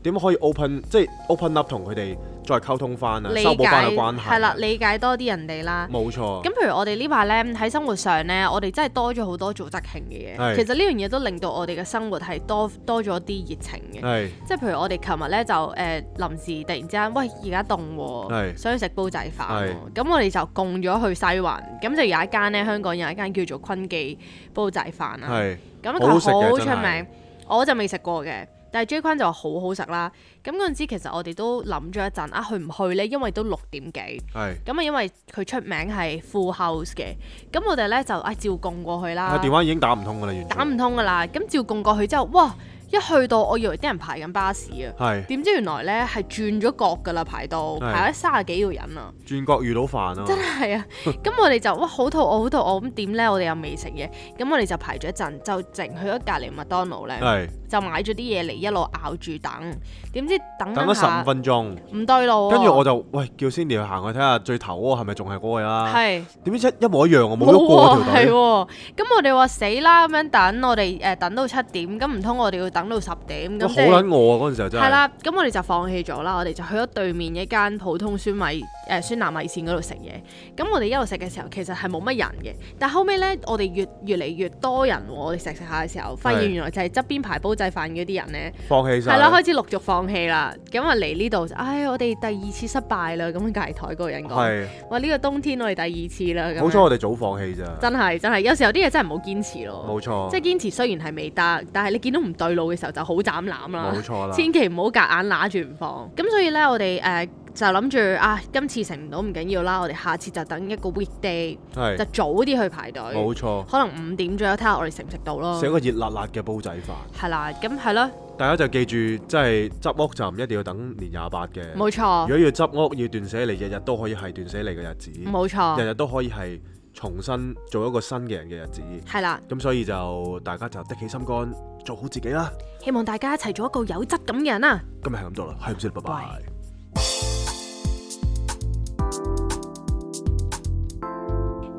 S1: 點可以 open 即係 open up 同佢哋再溝通翻啊，
S3: 理
S1: 修補翻
S3: 解
S1: 嘅關係啊。
S3: 係啦，理解多啲人哋啦。
S1: 冇錯，
S3: 咁譬如我哋呢排呢，喺生活上呢，我哋真係多咗好多做即興
S1: 係
S3: 嘅嘢。其實呢樣嘢都令到我哋嘅生活係多多咗啲熱情嘅。
S1: 係
S3: 即係譬如我哋琴日咧就誒、呃、臨時突然之間，喂而家凍
S1: 係
S3: 喎，想去食煲仔飯
S1: 係
S3: 喎，咁我哋就共咗去西環，咁就有一間咧香港有一間叫做坤記煲仔飯啦，
S1: 係
S3: 咁
S1: 好好食
S3: 佢
S1: 嘅
S3: 好
S1: 真
S3: 出
S1: 係
S3: 名，我就未食過嘅。但係 J 坤就話好好食啦，咁嗰陣時其實我哋都諗咗一陣啊，去唔去呢？因為都六點幾，
S1: 係。
S3: 咁啊因為佢出名係 full house 嘅，咁我哋呢就啊照供過去啦
S1: 啊，。電話已經打唔通㗎啦，完全
S3: 打唔通噶啦。咁照共過去之後，哇！一去到我以為啲人排緊巴士啊，
S1: 係
S3: 點知原來呢係轉咗角噶啦，排到
S1: 係
S3: 排咗三十幾個人啊， *laughs*
S1: 轉角遇到飯啊！
S3: 真係啊！咁我哋就哇好肚餓，好肚餓，咁點呢？我哋又未食嘢，咁我哋就排咗一陣，就淨去咗隔離麥當勞呢，
S1: 係
S3: 就買咗啲嘢嚟一路咬住等，點知等
S1: 等咗十
S3: 下
S1: 五分鐘，
S3: 唔對路喎，
S1: 跟住我就喂叫 Cindy 去行去睇下最頭嗰個係咪仲係嗰個啦。
S3: 係。
S1: 點知一一模一樣喎，冇
S3: 冇
S1: 喐過條
S3: 喎，係
S1: 隊。
S3: 喎，咁我哋話死啦，咁樣等我哋誒等到七點，咁唔通我哋要等到十點，
S1: 哇
S3: 咁
S1: 好
S3: 即係
S1: 撚餓啊！嗰陣時候真
S3: 係
S1: 係。
S3: 啦，咁我哋就放棄咗啦，我哋就去咗對面一間普通酸米誒、呃酸辣米線嗰度食嘢。咁我哋一路食嘅時候，其實係冇乜人嘅，但後尾呢，我哋越越嚟越多人喎。我哋食食下嘅時候，發
S1: 係
S3: 現原來就係側邊排煲仔飯嗰啲人呢，
S1: 放棄晒。
S3: 係啦，開始陸續放棄啦。咁啊嚟呢度就，唉，我哋第二次失敗啦。咁隔離台嗰個人講，
S1: 係
S3: 話呢個冬天我哋第二次啦。咁
S1: 好彩
S3: 樣
S1: 我哋早放棄咋。
S3: 真係真係，有時候啲嘢真係唔好堅持咯。
S1: 冇錯。
S3: 即係堅持雖然係未得，但係你見到唔對路嘅時候就好斬攬啦。
S1: 冇錯啦。
S3: 千祈唔好夾硬揦住唔放。咁所以呢，我哋誒、呃就諗住啊，今次食唔到唔緊要啦，我哋下次就等一個 weekday，就
S1: 係
S3: 早啲去排隊，
S1: 冇錯，
S3: 可能五點左右睇下我哋食唔食到咯
S1: 食一。個熱辣辣嘅煲仔飯。
S3: 係啦，咁係咯，
S1: 大家就記住，即係執屋就唔一定要等年廿八嘅。
S3: 冇
S1: 如
S3: 錯，
S1: 果要執屋，要斷捨離，日日都可以係斷捨離嘅日子。
S3: 冇錯，
S1: 日日都可以係重新做一個新嘅人嘅日子。
S3: 係啦，
S1: 咁所以就大家就的起心肝，做好自己啦。
S3: 希望大家一齊做一個有質感嘅人啊！
S1: 今日係咁多啦，係咁先啦，拜拜
S3: 喂。